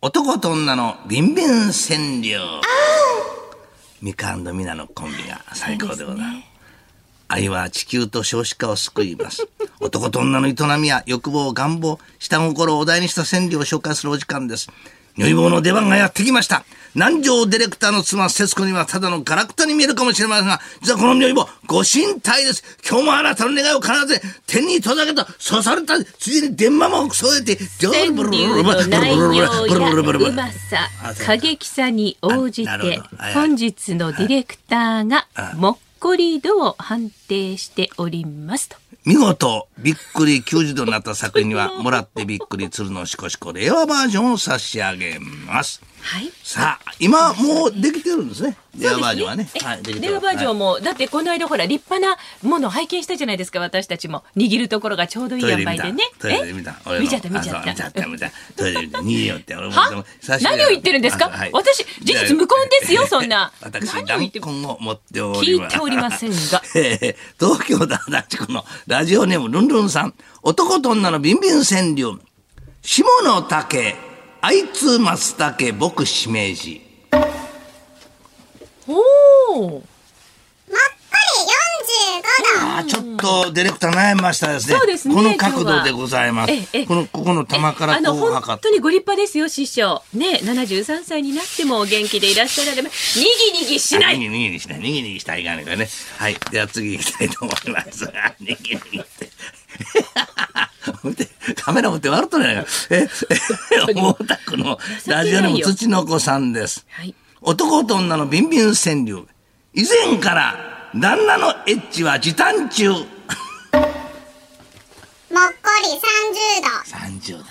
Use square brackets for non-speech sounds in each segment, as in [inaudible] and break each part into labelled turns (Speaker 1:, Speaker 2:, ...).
Speaker 1: 男と女のビンビン川柳。ミカミナのコンビが最高でございます。愛は地球と少子化を救います。男と女の営みや欲望、願望、下心をお題にした川柳を紹介するお時間です。女房の出番がやってきました。南條ディレクターの妻、節子にはただのガラクタに見えるかもしれませんが、実はこの女房、ご神体です。今日もあなたの願いを叶えて、天に届けと、刺された、ついに電話も添えて、ジ
Speaker 2: 川柳の内容やうまさ
Speaker 1: あそう
Speaker 2: 過激さに応じ
Speaker 1: あなる
Speaker 2: て
Speaker 1: ほどはいはい
Speaker 2: 本日のディレクターがもっこり度を判定しておりますと
Speaker 1: 見事、びっくり90度になった作品には、もらってびっくり鶴のしこしこ令和バージョンを差し上げます。
Speaker 2: はい
Speaker 1: さあ、今もうできてるんですね。令和
Speaker 2: そうです
Speaker 1: バージョンはね。はい、で
Speaker 2: え
Speaker 1: きて
Speaker 2: レ
Speaker 1: る
Speaker 2: アバージョ
Speaker 1: は
Speaker 2: ンも、だってこの間ほら立派なもの拝見したじゃないですか私たちも握るところがちょうどい
Speaker 1: い
Speaker 2: い
Speaker 1: トイ
Speaker 2: 塩
Speaker 1: レ
Speaker 2: 梅
Speaker 1: 見た
Speaker 2: でね。
Speaker 1: トイレで見た。
Speaker 2: え
Speaker 1: 俺の
Speaker 2: 見ちゃった見ちゃっ
Speaker 1: あそう見ちゃ
Speaker 2: た。
Speaker 1: った見ちゃった。トイレで見た。逃げよって俺も
Speaker 2: は何を言ってるんですか私事実無根ですよそんな
Speaker 1: 私
Speaker 2: 何を言
Speaker 1: 弾
Speaker 2: って
Speaker 1: 痕を持っており
Speaker 2: 聞
Speaker 1: ま
Speaker 2: い
Speaker 1: す
Speaker 2: ておりませんが
Speaker 1: [laughs] えー東京だなちこのラジオネームルンルンさん男と女のビンビン川柳下野竹あいつ松茸僕しめじ
Speaker 2: おお
Speaker 3: まっぱ
Speaker 1: あーちょっとディレクター悩みましたですね
Speaker 2: そうですね
Speaker 1: この角度でございます
Speaker 2: 今日はええええ
Speaker 1: このここの玉から
Speaker 2: あの
Speaker 1: こう
Speaker 2: 本
Speaker 1: 測って
Speaker 2: 当にご立派ですよ師匠ね73歳になってもお元気でいらっしゃられますにぎにぎしな
Speaker 1: に
Speaker 2: い
Speaker 1: ぎにぎにしない。にぎにぎしたいがねね。はい。では次行きたいと思い [laughs] ます。にぎにぎって。 [laughs] 見てカメラ持って笑っとるやないか。え、え、大田区のラジオネーム土の子さんです。
Speaker 2: はい
Speaker 1: 男と女のビンビン川柳。以前から旦那のエッチは時短中。
Speaker 3: り40度。もっこり30度。
Speaker 1: 30だ。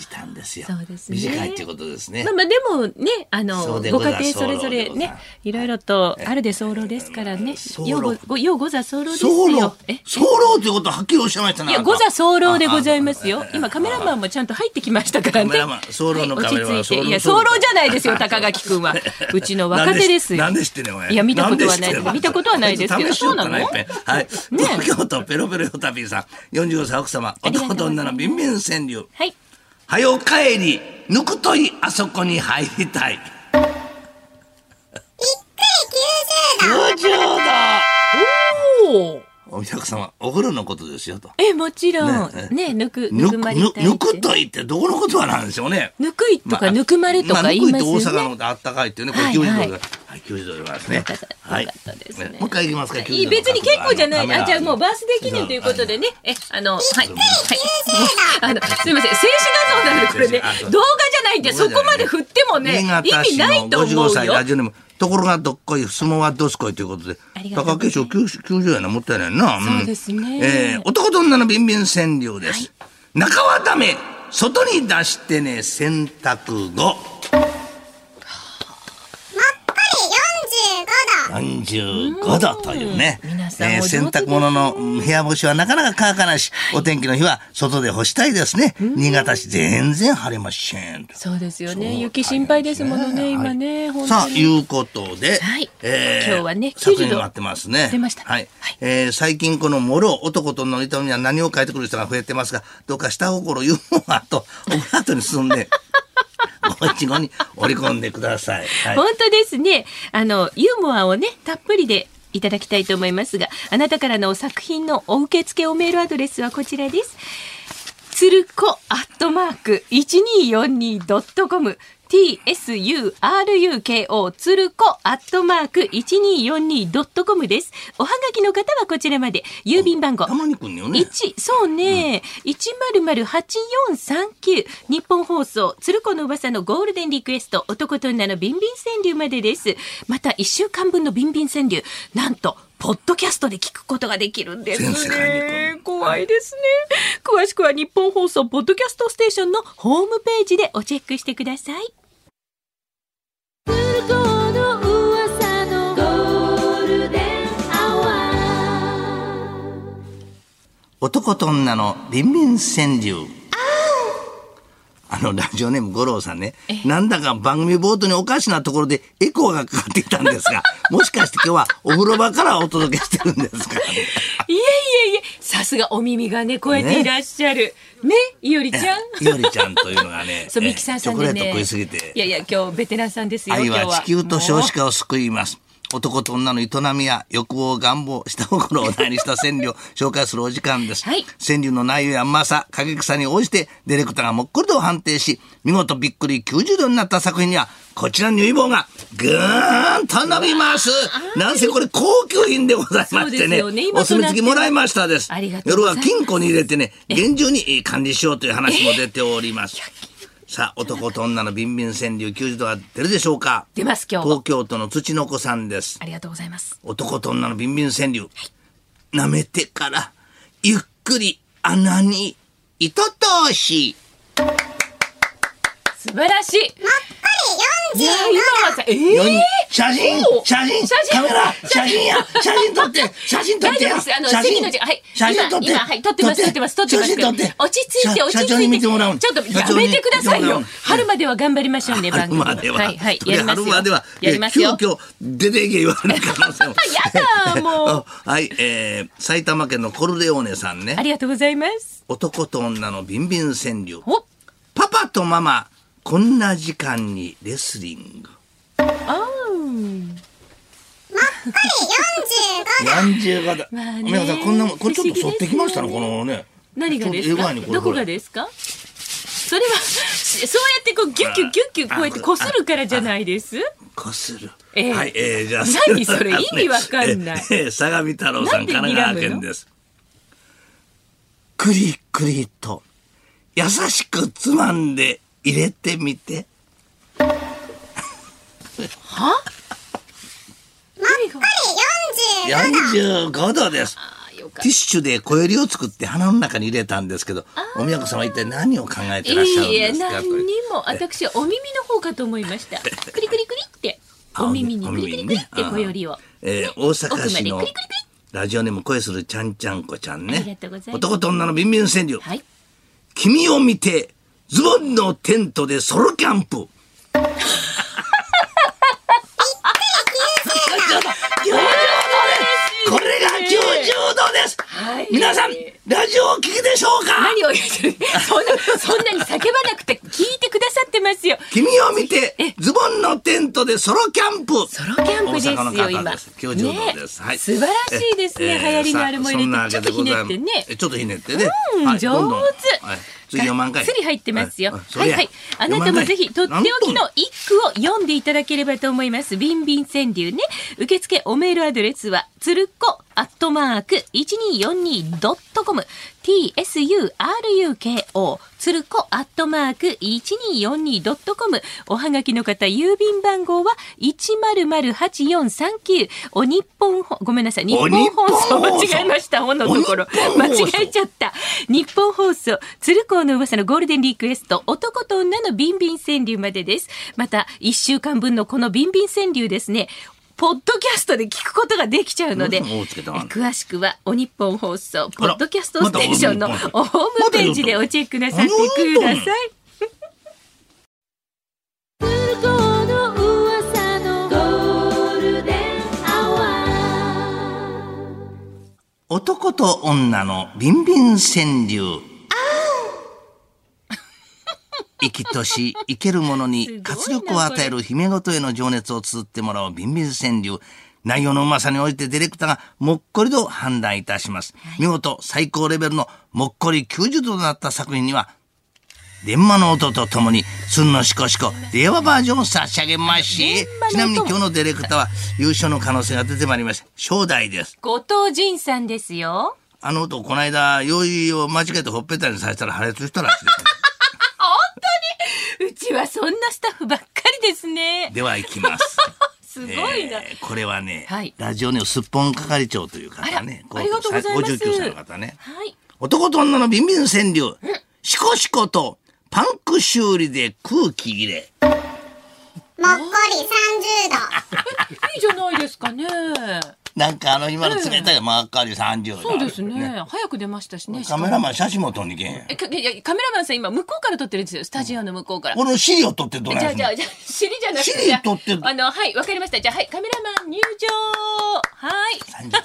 Speaker 1: 時短ですよ。
Speaker 2: そうですね
Speaker 1: 短いっていうことですね
Speaker 2: まあ。まあでもねあの
Speaker 1: そうで
Speaker 2: ご
Speaker 1: ござ
Speaker 2: 家庭それぞれ
Speaker 1: そうでご
Speaker 2: ね
Speaker 1: ざ
Speaker 2: いろいろとあるで候ですからね
Speaker 1: そう
Speaker 2: ようごごようござ候です
Speaker 1: 早漏
Speaker 2: よえ。
Speaker 1: 早漏ということははっきりおっしゃいましたね。
Speaker 2: いや、
Speaker 1: あんた
Speaker 2: ご座候でございますよ
Speaker 1: ああ。
Speaker 2: 今、カメラマンもちゃんと入ってきましたからね。
Speaker 1: カメ
Speaker 2: [laughs]
Speaker 1: ラマン候のカメラマン
Speaker 2: 落ち着い
Speaker 1: 候
Speaker 2: て。いや、
Speaker 1: 候
Speaker 2: 候じゃない
Speaker 1: [laughs]
Speaker 2: ですよ、高垣くんは。うちの若手ですよ。
Speaker 1: なんで知ってんねんお前
Speaker 2: いや見たことはない
Speaker 1: んで知ってんの
Speaker 2: 見たことはないですけど
Speaker 1: 試しようか
Speaker 2: そうなの
Speaker 1: 一遍はい。東京都ペロペロヨタピーさん、45歳奥様、
Speaker 2: りがとうございます
Speaker 1: 男と女のビンビン川柳。
Speaker 2: はい。
Speaker 1: はよ帰り、ぬくといあそこに入りたい。
Speaker 3: びっくり90度。
Speaker 1: 50
Speaker 2: おお。
Speaker 1: 度お客様、お風呂のことですよと。
Speaker 2: え、もちろん
Speaker 1: ね。
Speaker 2: ね、ぬく、
Speaker 1: ぬ
Speaker 2: ぬ
Speaker 1: く、
Speaker 2: くまり
Speaker 1: ぬ
Speaker 2: たいって。
Speaker 1: ぬくといってどこのことはなんでしょうね。
Speaker 2: ぬくいとか、ぬくまれとか言います
Speaker 1: まあぬくいって大阪の
Speaker 2: よ
Speaker 1: こ
Speaker 2: ね。
Speaker 1: とあったかいっていうね、これ
Speaker 2: はい
Speaker 1: 90度
Speaker 2: はい
Speaker 1: で。 [laughs] はい、90度でございますね
Speaker 2: よかった。
Speaker 1: はい。
Speaker 2: よかったですね
Speaker 1: もう一回行きますか、
Speaker 2: いい
Speaker 1: 90度の角
Speaker 2: 別に結構じゃな
Speaker 1: あのカ
Speaker 2: い。
Speaker 1: メラ
Speaker 2: あ、じゃあもうバースデー記念ということでね。え、あの、はい。はい。あの、すいません。静止画像なので、これね
Speaker 1: 静止あそ。う
Speaker 2: 動画じゃないんで、そこまで振ってもね、
Speaker 1: 新
Speaker 2: 意
Speaker 1: 潟
Speaker 2: 味
Speaker 1: 市
Speaker 2: ない
Speaker 1: の
Speaker 2: と思
Speaker 1: 55
Speaker 2: う
Speaker 1: 歳
Speaker 2: よ
Speaker 1: ラ。ジオネーム。ところがどっこい、相撲はどすこいということで
Speaker 2: あり。がとうござ
Speaker 1: 高
Speaker 2: い
Speaker 1: 景
Speaker 2: ます
Speaker 1: 勝90 90円な、もったいないな。ん
Speaker 2: そうですね
Speaker 1: えー男と女のビンビン川柳です。中はダメ、外に出してね、洗濯後。
Speaker 3: もっこり45度。
Speaker 1: 45度というね。
Speaker 2: 皆さん
Speaker 1: え
Speaker 2: お
Speaker 1: ー
Speaker 2: 上手
Speaker 1: 洗濯物の部屋干しはなかなか乾かないし、お天気の日は外で干したいですね。新潟市全然晴れません。
Speaker 2: そうですよ
Speaker 1: そ
Speaker 2: ね。
Speaker 1: う
Speaker 2: 雪心配ですもの
Speaker 1: 大
Speaker 2: ね、
Speaker 1: 変です
Speaker 2: 今ね。本
Speaker 1: さあ、
Speaker 2: 当に。
Speaker 1: いうことで、
Speaker 2: はい
Speaker 1: えー
Speaker 2: 今日はね90
Speaker 1: 作品
Speaker 2: 度
Speaker 1: になってますね。
Speaker 2: 出ました
Speaker 1: はい。
Speaker 2: はい
Speaker 1: えー最近このもろ男との痛みは何を書いてくる人が増えてますが、どうか下心ユーモア
Speaker 2: [laughs]
Speaker 1: とオブラートに進んで、ご一語に織り込んでください。はい。
Speaker 2: 本当ですね。あの、ユーモアをね、たっぷりで。いただきたいと思いますが、あなたからのお作品のお受付おメールアドレスはこちらです。つるこアットマーク 1242.com tsuruko つるこアットマーク 1242.com です。おはがきの方はこちらまで、郵便番号
Speaker 1: たまに来んのよね。
Speaker 2: 一そうね、一0 0 8 4 3 9日本放送鶴子の噂のゴールデンリクエスト男と女のビンビン川柳までです。また一週間分のビンビン川柳なんとポッドキャストで聞くことができるんです
Speaker 1: 全世界に
Speaker 2: ね。怖いですね。詳しくは日本放送ポッドキャストステーションのホームページでおチェックしてください。
Speaker 1: 男と女のビンビン川柳。あの、ラジオネーム五郎さんね、なんだか番組冒頭におかしなところでエコーがかかってきたんです
Speaker 2: [laughs]
Speaker 1: が、もしかして今日はお風呂場からお届けしてるんですか、ね、
Speaker 2: いえいえいえ、さすがお耳がね、超えていらっしゃる。ね、いおりちゃん。
Speaker 1: いおりちゃんというのがね、
Speaker 2: そう、ミキサーさんでね。
Speaker 1: チョコレート食いすぎて。
Speaker 2: いやいや、今日ベテランさんですよ。
Speaker 1: 愛
Speaker 2: 今日
Speaker 1: は地球と少子化を救います。男と女の営みや欲望、願望、下心を題にした川柳
Speaker 2: [laughs]
Speaker 1: を紹介するお時間です。
Speaker 2: はい
Speaker 1: 川柳の内容や甘さ、影草に応じてディレクターがもっこりと判定し、見事びっくり90度になった作品には、こちらの乳房がぐーんと伸びます。なんせこれ高級品でございまし
Speaker 2: そ
Speaker 1: てね。
Speaker 2: うですよね今
Speaker 1: お
Speaker 2: と
Speaker 1: 墨
Speaker 2: なっては
Speaker 1: 付きもらいましたです。
Speaker 2: ありがとう
Speaker 1: 夜
Speaker 2: ござい
Speaker 1: は
Speaker 2: ます
Speaker 1: 金庫に入れてね、厳重にえー管理しようという話も出ております。さあ、男と女のビンビン川柳90度は出るでしょうか
Speaker 2: 出ます今日も
Speaker 1: 東京都の土の子さんです。
Speaker 2: ありがとうございます。
Speaker 1: 男と女のビンビン川柳。舐めてから、ゆっくり穴に糸通し。
Speaker 2: 素晴らしい。
Speaker 3: もっこり
Speaker 2: いや、
Speaker 3: 45
Speaker 2: 今はさ、えー
Speaker 1: よに写真
Speaker 2: おう
Speaker 1: 写真
Speaker 2: 写真
Speaker 1: カメラ写真や写真撮って写真撮っ
Speaker 2: 大
Speaker 1: て
Speaker 2: 丈夫
Speaker 1: や
Speaker 2: です。あの、
Speaker 1: 写
Speaker 2: 席
Speaker 1: 真
Speaker 2: の時間、はい。
Speaker 1: 写真撮って
Speaker 2: 今、今はい、撮ってます、撮ってます、撮ってます
Speaker 1: 写。真撮って
Speaker 2: 落ち着いて、
Speaker 1: 社
Speaker 2: 落ち着
Speaker 1: 社長に
Speaker 2: い
Speaker 1: 見
Speaker 2: て。ち
Speaker 1: て
Speaker 2: ょ
Speaker 1: もらうの
Speaker 2: っと、やめてくださいよ
Speaker 1: 社長に見てもらうの。
Speaker 2: 春までは頑張りましょうね、番
Speaker 1: 春
Speaker 2: 組。
Speaker 1: までは、
Speaker 2: はい、はい、やりますよ。
Speaker 1: 春までは、
Speaker 2: やりますよ。
Speaker 1: えー急遽出ていけ言われる可能性も。
Speaker 2: [laughs] やだ
Speaker 1: [laughs]
Speaker 2: もう
Speaker 1: はい、えー、埼玉県のコルレオーネさんね
Speaker 2: あ。りがとうございます。
Speaker 1: 男と女のビンビン川柳。
Speaker 2: お、
Speaker 1: パパとママ、こんな時間にレスリング。
Speaker 2: あー。
Speaker 3: 度
Speaker 1: 45度。
Speaker 2: まあね
Speaker 1: 宮本さん、こんなもん、これちょっと反ってきましたね、
Speaker 2: 不
Speaker 1: こ
Speaker 2: 思議ですよね
Speaker 1: のね。
Speaker 2: 何がで
Speaker 1: ち
Speaker 2: す
Speaker 1: ょっとええ具
Speaker 2: か
Speaker 1: 合にこれ
Speaker 2: どこが
Speaker 1: これ
Speaker 2: ですかそれは、 [laughs] しそうやってこう、ギュッギュッギュッギュッこうやってこするからじゃないです
Speaker 1: こする。
Speaker 2: ええ
Speaker 1: はい、えー、じゃあ。
Speaker 2: 何それ意味わかんない
Speaker 1: えーえー相模太郎さん、
Speaker 2: なん
Speaker 1: 神
Speaker 2: で睨むの
Speaker 1: 奈川県です。くりくりと、優しくつまんで入れてみて。
Speaker 3: 45度
Speaker 1: 45度です。
Speaker 2: ああ、よか
Speaker 1: ティッシュで小襟を作って鼻の中に入れたんですけど、お宮子様は一体何を考えてらっしゃるん
Speaker 2: い
Speaker 1: で
Speaker 2: え、
Speaker 1: すか
Speaker 2: 何
Speaker 1: という
Speaker 2: にも、私はお耳の方かと思いま
Speaker 1: [laughs]
Speaker 2: した。クリクリクリって、お耳に
Speaker 1: あ
Speaker 2: ク
Speaker 1: お
Speaker 2: リク
Speaker 1: 耳
Speaker 2: リ
Speaker 1: に
Speaker 2: クリっ
Speaker 1: ね
Speaker 2: て小よりを。
Speaker 1: えー
Speaker 2: ね
Speaker 1: 大阪
Speaker 2: 奥ま
Speaker 1: 市
Speaker 2: で
Speaker 1: の
Speaker 2: クリクリク
Speaker 1: ラジオネーム声するちゃんちゃんこちゃん
Speaker 2: ありが
Speaker 1: ね
Speaker 2: とうございます
Speaker 1: 男と女のビンビン川柳、
Speaker 2: リ。はい。
Speaker 1: 君を見てズボンのテントでソロキャンプ90度ですこれが90度です、
Speaker 2: はい
Speaker 1: 皆さんラジオをお聞きでしょうか
Speaker 2: 何を言ってる [laughs] そんな、そんなに叫ばなくて聞いてくださってますよ。
Speaker 1: 君を見てズボンのテントでソロキャンプ
Speaker 2: ソロキャンプですよ、
Speaker 1: 大
Speaker 2: 今。
Speaker 1: 阪の方です90度です、
Speaker 2: ね
Speaker 1: はい
Speaker 2: 素晴らしいですね。流行りのあるも入れて、ちょっとひねってね。
Speaker 1: ちょっとひねってね
Speaker 2: うん
Speaker 1: はい
Speaker 2: 上手
Speaker 1: どんどんはい次4万回
Speaker 2: がっつり入ってますよ。
Speaker 1: はい
Speaker 2: はい、はい、あなたもぜひ、とっておきの一句を読んでいただければと思います。ビンビン川柳ね。受付おメールアドレスは、つるっこ、アットマーク、1242.com、tsuruko、つるこ、アットマーク、1242.com、おはがきの方、郵便番号は、1008439、お日本ほ、ごめんなさい、日
Speaker 1: お
Speaker 2: 本
Speaker 1: 日本
Speaker 2: 放送間
Speaker 1: 放送
Speaker 2: 違えました、おのところ
Speaker 1: お日本。
Speaker 2: 間
Speaker 1: 放
Speaker 2: 違
Speaker 1: 送
Speaker 2: えちゃった。日本放送、鶴光の噂のゴールデンリクエスト、男と女のビンビン川柳までです。また、一週間分のこのビンビン川柳ですね、ポッドキャストで聞くことができちゃうので、
Speaker 1: うんおーつけたな
Speaker 2: 詳しくは、お日本放送、ポッドキャスト
Speaker 1: ま
Speaker 2: ス
Speaker 1: た
Speaker 2: テーションの
Speaker 1: また
Speaker 2: ホームページでおチェックなさってください。
Speaker 1: 男と女のビンビン川柳生きとし生けるものに活力を与える姫ごとへの情熱を綴ってもらうビンビン川柳内容のうまさに応じてディレクターがもっこりと判断いたします、見事最高レベルのもっこり90度となった作品には電話の音とともに、すんのしこしこ、令和バージョンを差し上げますし、ちなみに今日のディレクターは優勝の可能性が出てまいりました。正代です。
Speaker 2: 後藤仁さんですよ。
Speaker 1: あの男、この間、用意を間違えてほっぺたにさせたら破裂したらしいです
Speaker 2: うちはそんなスタッフばっかりですね。
Speaker 1: では行きます。
Speaker 2: [laughs] すごいな。
Speaker 1: えーこれはね、
Speaker 2: はい
Speaker 1: ラジオネームすっぽん係長という
Speaker 2: あら、
Speaker 1: 方ね、
Speaker 2: ありがとうございます。
Speaker 1: 59歳の方ね。
Speaker 2: はい。
Speaker 1: 男と女のビンビン川柳、しこしことパンク修理で空気入れ。
Speaker 3: もっこり30度
Speaker 2: いいじゃないですかね。
Speaker 1: なんかあの、今の冷たい真っ赤に30度。
Speaker 2: そうですね。早く出ましたしね。
Speaker 1: カメラマン写真も撮んに行けへん。
Speaker 2: えかいやカメラマンさん今向こうから撮ってるんですよ。スタジオの向こうから。
Speaker 1: 俺の資料撮ってど
Speaker 2: じゃ
Speaker 1: な
Speaker 2: あ
Speaker 1: い
Speaker 2: じゃあじゃあ尻じゃなくて
Speaker 1: 尻撮ってる
Speaker 2: あのはいわかりましたじゃあはいカメラマン入場はい
Speaker 1: 30度。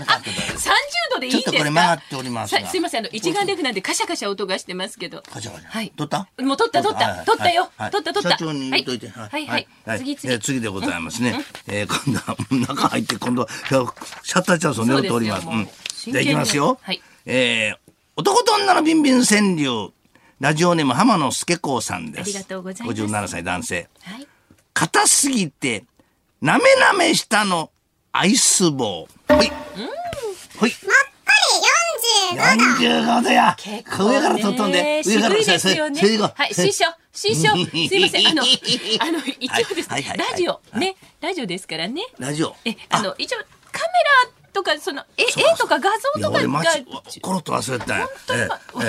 Speaker 1: なかっただよ
Speaker 2: 30度でいいん
Speaker 1: ちょ
Speaker 2: ですか
Speaker 1: っとこれ回っております
Speaker 2: さ
Speaker 1: が。
Speaker 2: すいませんあの一眼レフなんでカシャカシャ音がしてますけど
Speaker 1: カチャカチャ
Speaker 2: はい
Speaker 1: 撮った
Speaker 2: もう撮った撮った撮ったよ
Speaker 1: はい
Speaker 2: 撮った撮った
Speaker 1: 社長に言っといて。
Speaker 2: はいはいはい次次
Speaker 1: えー次でございますね。えー今度は、中入って、今度は、シャッターチャンスを狙っております。
Speaker 2: そううですよもうん
Speaker 1: じゃあ行きま
Speaker 2: 真
Speaker 1: す
Speaker 2: 剣
Speaker 1: よ
Speaker 2: にはい。
Speaker 1: えー男と女のビンビン川柳。ラジオネーム浜野助子さんで
Speaker 2: あ
Speaker 1: す。
Speaker 2: りがとうございます
Speaker 1: 57歳男性。
Speaker 2: はい
Speaker 1: 硬すぎて、なめなめしたのアイス棒。ほい。ほい。
Speaker 3: り45度。
Speaker 1: 45度や。
Speaker 2: 結
Speaker 1: こ
Speaker 2: 構
Speaker 1: う
Speaker 2: ね
Speaker 1: 上から飛んで、上から
Speaker 2: 渋いですよね
Speaker 1: それそれそれ
Speaker 2: はい師匠師
Speaker 1: [laughs]
Speaker 2: 匠すいませんあのあの一応です
Speaker 1: はいはい
Speaker 2: ね
Speaker 1: はいはい
Speaker 2: ラジオねラジオですからね
Speaker 1: ラジオ。
Speaker 2: えあの一応カメラとかそのえ絵
Speaker 1: そうそう
Speaker 2: とか画
Speaker 1: い
Speaker 2: 像
Speaker 1: や
Speaker 2: とか
Speaker 1: 俺
Speaker 2: が
Speaker 1: マジコロッと忘れてたよ。
Speaker 2: 当だ忘れ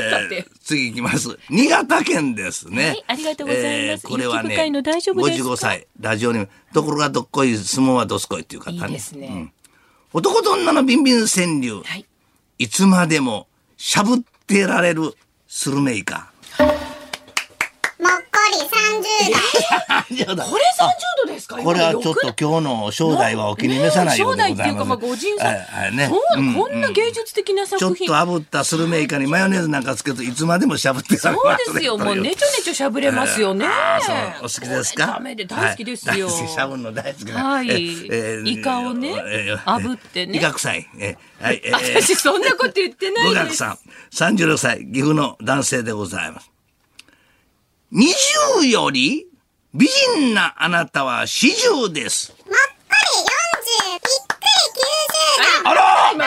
Speaker 2: てたって
Speaker 1: えー次行きます。新潟県ですね。
Speaker 2: はいありがとうございます
Speaker 1: これは
Speaker 2: 雪
Speaker 1: ね、
Speaker 2: 深いの大丈夫ですか
Speaker 1: 55歳ラジオネームところがどっこい相撲はどすこいっていう方
Speaker 2: いい
Speaker 1: ね。
Speaker 2: ですね
Speaker 1: うん男と女のビンビン川柳。
Speaker 2: はい
Speaker 1: いつまでもしゃぶってられるスルメイカ。
Speaker 3: もっこり30度。
Speaker 2: [laughs] こ
Speaker 1: これ
Speaker 2: れ三十度ですか。
Speaker 1: これはちょっ
Speaker 2: 今
Speaker 1: と今日の正代はお気に召さないようでござ
Speaker 2: ねえ正代
Speaker 1: い
Speaker 2: っていうかま
Speaker 1: ま
Speaker 2: あ
Speaker 1: す。
Speaker 2: ご人さん
Speaker 1: はいはいね
Speaker 2: そう、
Speaker 1: うん
Speaker 2: こんな芸術的な
Speaker 1: ちょ
Speaker 2: 作
Speaker 1: っ
Speaker 2: 品。
Speaker 1: と炙ったスルメイカにマヨネーズなんかつけるといつまでもしゃぶってられ
Speaker 2: そう
Speaker 1: ま
Speaker 2: ですよ。もうねちょねちょしゃぶれますよね。
Speaker 1: あーそうお好きですか
Speaker 2: ダメで大好きですよ。
Speaker 1: はい大好きしゃぶんの大好きな
Speaker 2: はい
Speaker 1: ええー
Speaker 2: イカをね
Speaker 1: えー
Speaker 2: 炙ってね
Speaker 1: イカ臭いえーはいえー
Speaker 2: [laughs] 私そんなこと言ってない
Speaker 1: [laughs] 五
Speaker 2: で
Speaker 1: 岳
Speaker 2: す。
Speaker 1: さん36歳岐阜の男性でございます20より美人なあなたは40です
Speaker 3: もっこり40。びっくり90度。
Speaker 1: あらーあらー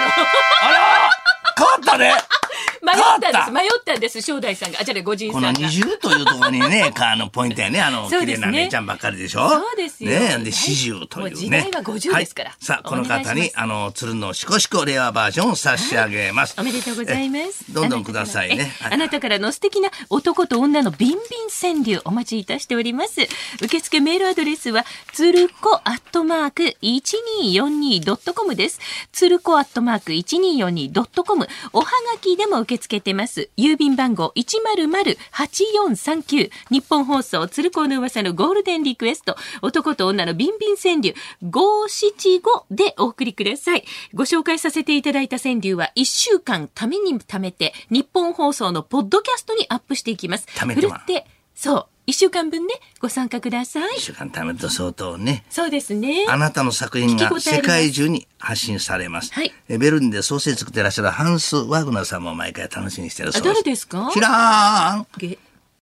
Speaker 1: 変わったね
Speaker 2: 迷ったんです。
Speaker 1: 変
Speaker 2: 迷ったんです。正代さんがあじゃあご人さ
Speaker 1: こ
Speaker 2: ん
Speaker 1: の
Speaker 2: が。
Speaker 1: 20というところに
Speaker 2: [laughs]
Speaker 1: ね、かあのポイントやね、あの、
Speaker 2: そう
Speaker 1: 綺
Speaker 2: で
Speaker 1: 麗
Speaker 2: すね
Speaker 1: な姉ちゃんばっかりでしょ
Speaker 2: そうですよ
Speaker 1: ね
Speaker 2: は
Speaker 1: で、
Speaker 2: い
Speaker 1: 40と
Speaker 2: もう
Speaker 1: い
Speaker 2: 時
Speaker 1: うね。
Speaker 2: 代は50ですから
Speaker 1: はいさあ、この
Speaker 2: お願いします
Speaker 1: 方に、あの、鶴のしこしこレアバージョンを差し上げます。
Speaker 2: おめでとうございます。
Speaker 1: えどんどんくださいね。
Speaker 2: あなたからえあなたからの素敵な男と女のビンビン川柳お待ちいたしております。受付メールアドレスは、つるこアットマーク 1242.com です。つるこアットマーク 1242.com。おはがきでも受け付けてます。郵便番号100-8439。日本放送、つるこの噂のゴールデンリクエスト。男と女のビンビン川柳575でお送りください。ご紹介させていただいた川柳は1週間ために貯めて日本放送のポッドキャストにアップしていきます。
Speaker 1: 貯めて
Speaker 2: ふる
Speaker 1: は
Speaker 2: って、そう、1週間分ね、ご参加ください
Speaker 1: 一。週間ためると相当ね。
Speaker 2: そうですね。
Speaker 1: あなたの作品
Speaker 2: 聞き応えあり
Speaker 1: が
Speaker 2: ます
Speaker 1: 世界中に発信されます。
Speaker 2: はい
Speaker 1: えベルンでソーセージ作ってらっしゃるハンス・ワグナーさんも毎回楽しみにしてるそうです。
Speaker 2: あ誰ですか
Speaker 1: 知らーん。
Speaker 2: げ